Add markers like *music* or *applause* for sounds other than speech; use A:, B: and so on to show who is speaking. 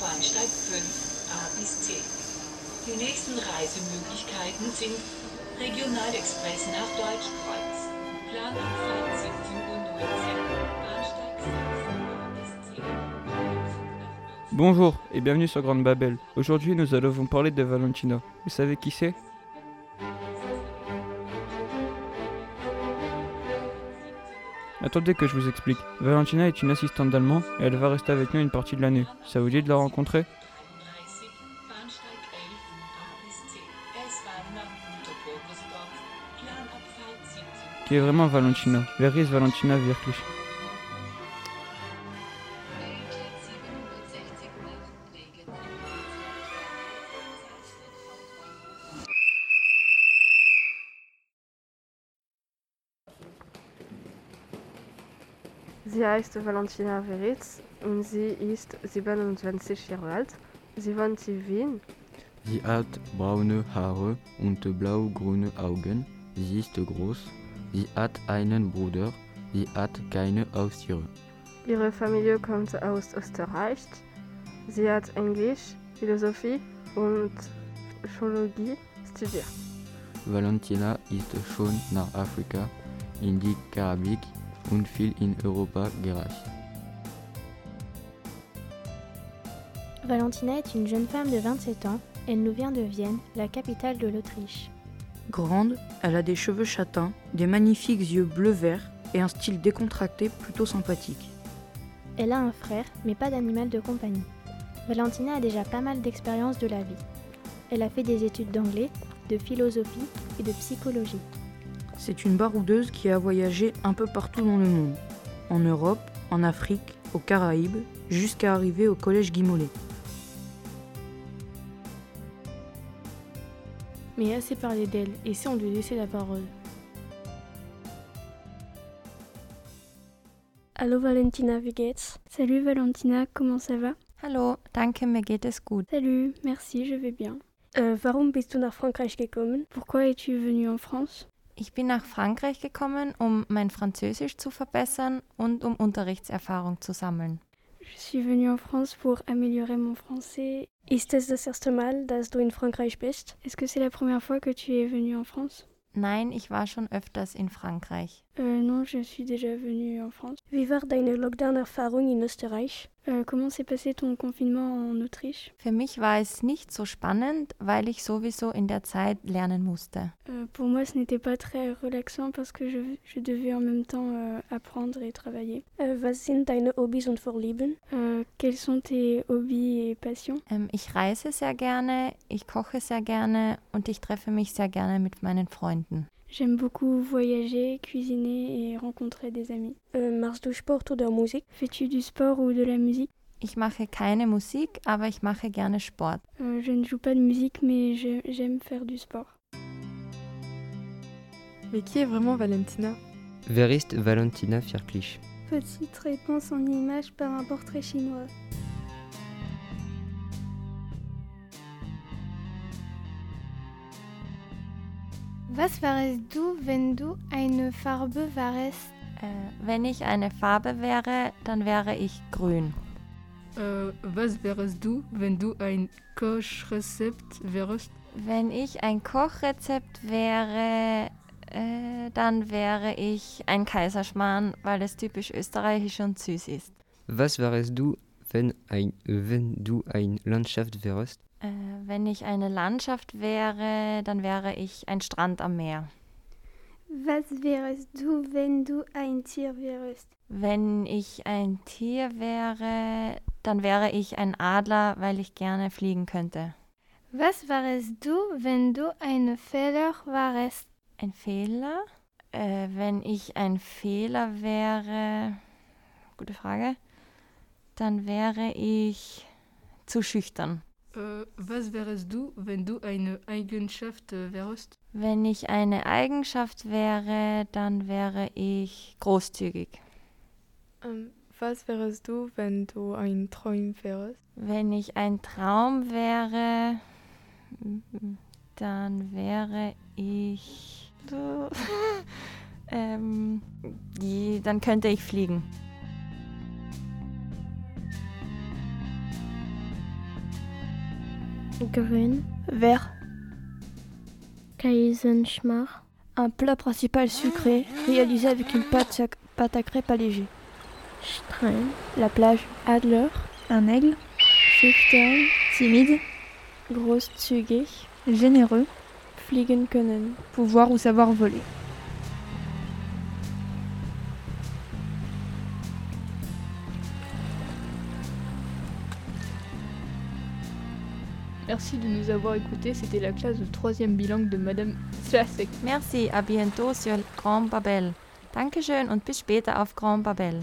A: Bahnsteig 5 A bis C. Die nächsten Reisemöglichkeiten sind Regionalexpress nach Deutschkreuz. Planabfahrt 17.19 Uhr, Bahnsteig 6 A bis C.
B: Bonjour et bienvenue sur Grande Babel. Aujourd'hui, nous allons vous parler de Valentina. Vous savez qui c'est Attendez que je vous explique. Valentina est une assistante d'allemand et elle va rester avec nous une partie de l'année. Ça vous dit de la rencontrer
A: 33, Bahnsteig 11 A bis C. S-Bahn nach Unterburgersdorf. Planabfahrt 17.
B: Qui est vraiment Valentina Wer ist Valentina wirklich
C: Sie heißt Valentina Veritz und sie ist 27 Jahre alt. Sie wohnt in Wien.
D: Sie hat braune Haare und blaugrüne Augen. Sie ist groß. Sie hat einen Bruder. Sie hat keine Haustiere.
C: Ihre Familie kommt aus Österreich. Sie hat Englisch, Philosophie und Psychologie studiert.
D: Valentina ist schon nach Afrika, in die Karibik und viel in Europa gereist.
E: Valentina est une jeune femme de 27 ans. Elle nous vient de Vienne, la capitale de l'Autriche.
F: Grande, elle a des cheveux châtains, des magnifiques yeux bleu-vert et un style décontracté plutôt sympathique.
E: Elle a un frère, mais pas d'animal de compagnie. Valentina a déjà pas mal d'expérience de la vie. Elle a fait des études d'anglais, de philosophie et de psychologie.
F: C'est une baroudeuse qui a voyagé un peu partout dans le monde, en Europe, en Afrique, aux Caraïbes, jusqu'à arriver au collège Guimolet.
G: Mais assez parlé d'elle, et si on lui laissait la parole
H: Hallo Valentina, wie geht's? Salut Valentina, comment ça va?
I: Hallo, danke, mir geht es gut.
H: Salut, merci, je vais bien. Euh, warum bist du nach Frankreich gekommen? Pourquoi es-tu venue en France?
I: Ich bin nach Frankreich gekommen, um mein Französisch zu verbessern und um Unterrichtserfahrung zu sammeln.
H: Je suis venue en France pour améliorer mon français. Ist es das erste Mal, dass du in Frankreich bist? Est-ce que c'est la première fois que tu es venue en France?
I: Nein, ich war schon öfters in Frankreich.
H: Euh, non, je suis déjà venue en France. Wie war deine Lockdown-Erfahrung in Österreich? Euh, comment s'est passé ton confinement en Autriche?
I: Für mich war es nicht so spannend, weil ich sowieso in der Zeit lernen musste.
H: Euh, pour moi, ce n'était pas très relaxant parce que je, je devais en même temps euh, apprendre et travailler.
J: Was sind deine Hobbys und Vorlieben?
H: Euh, quels sont tes hobbies et passions?
I: Ähm, ich reise sehr gerne, ich koche sehr gerne und ich treffe mich sehr gerne mit meinen Freunden.
H: J'aime beaucoup voyager, cuisiner et rencontrer des amis.
J: Äh, machst du Sport oder Musik?
H: Fais-tu du sport ou de la musique?
I: Ich mache keine Musik, aber ich mache gerne Sport.
H: Euh, je ne joue pas de musique, mais je- j'aime faire du sport.
K: Mais qui est vraiment Valentina
D: Wer ist Valentina wirklich?
H: Petite réponse en image par un portrait chinois.
L: Was wärest du, wenn du eine Farbe wärest?
I: Äh, wenn ich eine Farbe wäre, dann wäre ich grün.
K: äh, Was wärst du, wenn du ein Kochrezept wärst?
I: Wenn ich ein Kochrezept wäre, äh, dann wäre ich ein Kaiserschmarrn, weil es typisch österreichisch und süß ist.
D: Was wärst du, wenn, ein, wenn du ein Landschaft wärst?
I: Äh, wenn ich eine Landschaft wäre, dann wäre ich ein Strand am Meer.
L: Was wärest du, wenn du ein Tier wärest?
I: Wenn ich ein Tier wäre, dann wäre ich ein Adler, weil ich gerne fliegen könnte.
L: Was wärest du, wenn du eine Fehler wärest?
I: Ein Fehler? Äh, wenn ich ein Fehler wäre, gute Frage, dann wäre ich zu schüchtern.
K: Äh, was wärst du, wenn du eine Eigenschaft äh, wärst?
I: Wenn ich eine Eigenschaft wäre, dann wäre ich großzügig.
K: Ähm, was wärst du, wenn du ein Traum wärst?
I: Wenn ich ein Traum wäre, dann wäre ich. *laughs* ähm, je- dann könnte ich fliegen.
M: Grün.
H: Vert.
M: Kaisenschmarr.
H: Un plat principal sucré réalisé avec une pâte, à- pâte à crêpes allégée.
M: Streng.
H: La plage. Adler. Un aigle. Schüchtern. Timide. Großzügig. Généreux. Fliegenkönnen. Pouvoir ou savoir voler.
C: Merci de nous avoir écoutés. C'était la classe de troisième bilingue de Madame Slasek.
I: Merci, à bientôt sur Grand Babel. Dankeschön und bis später auf Grand Babel.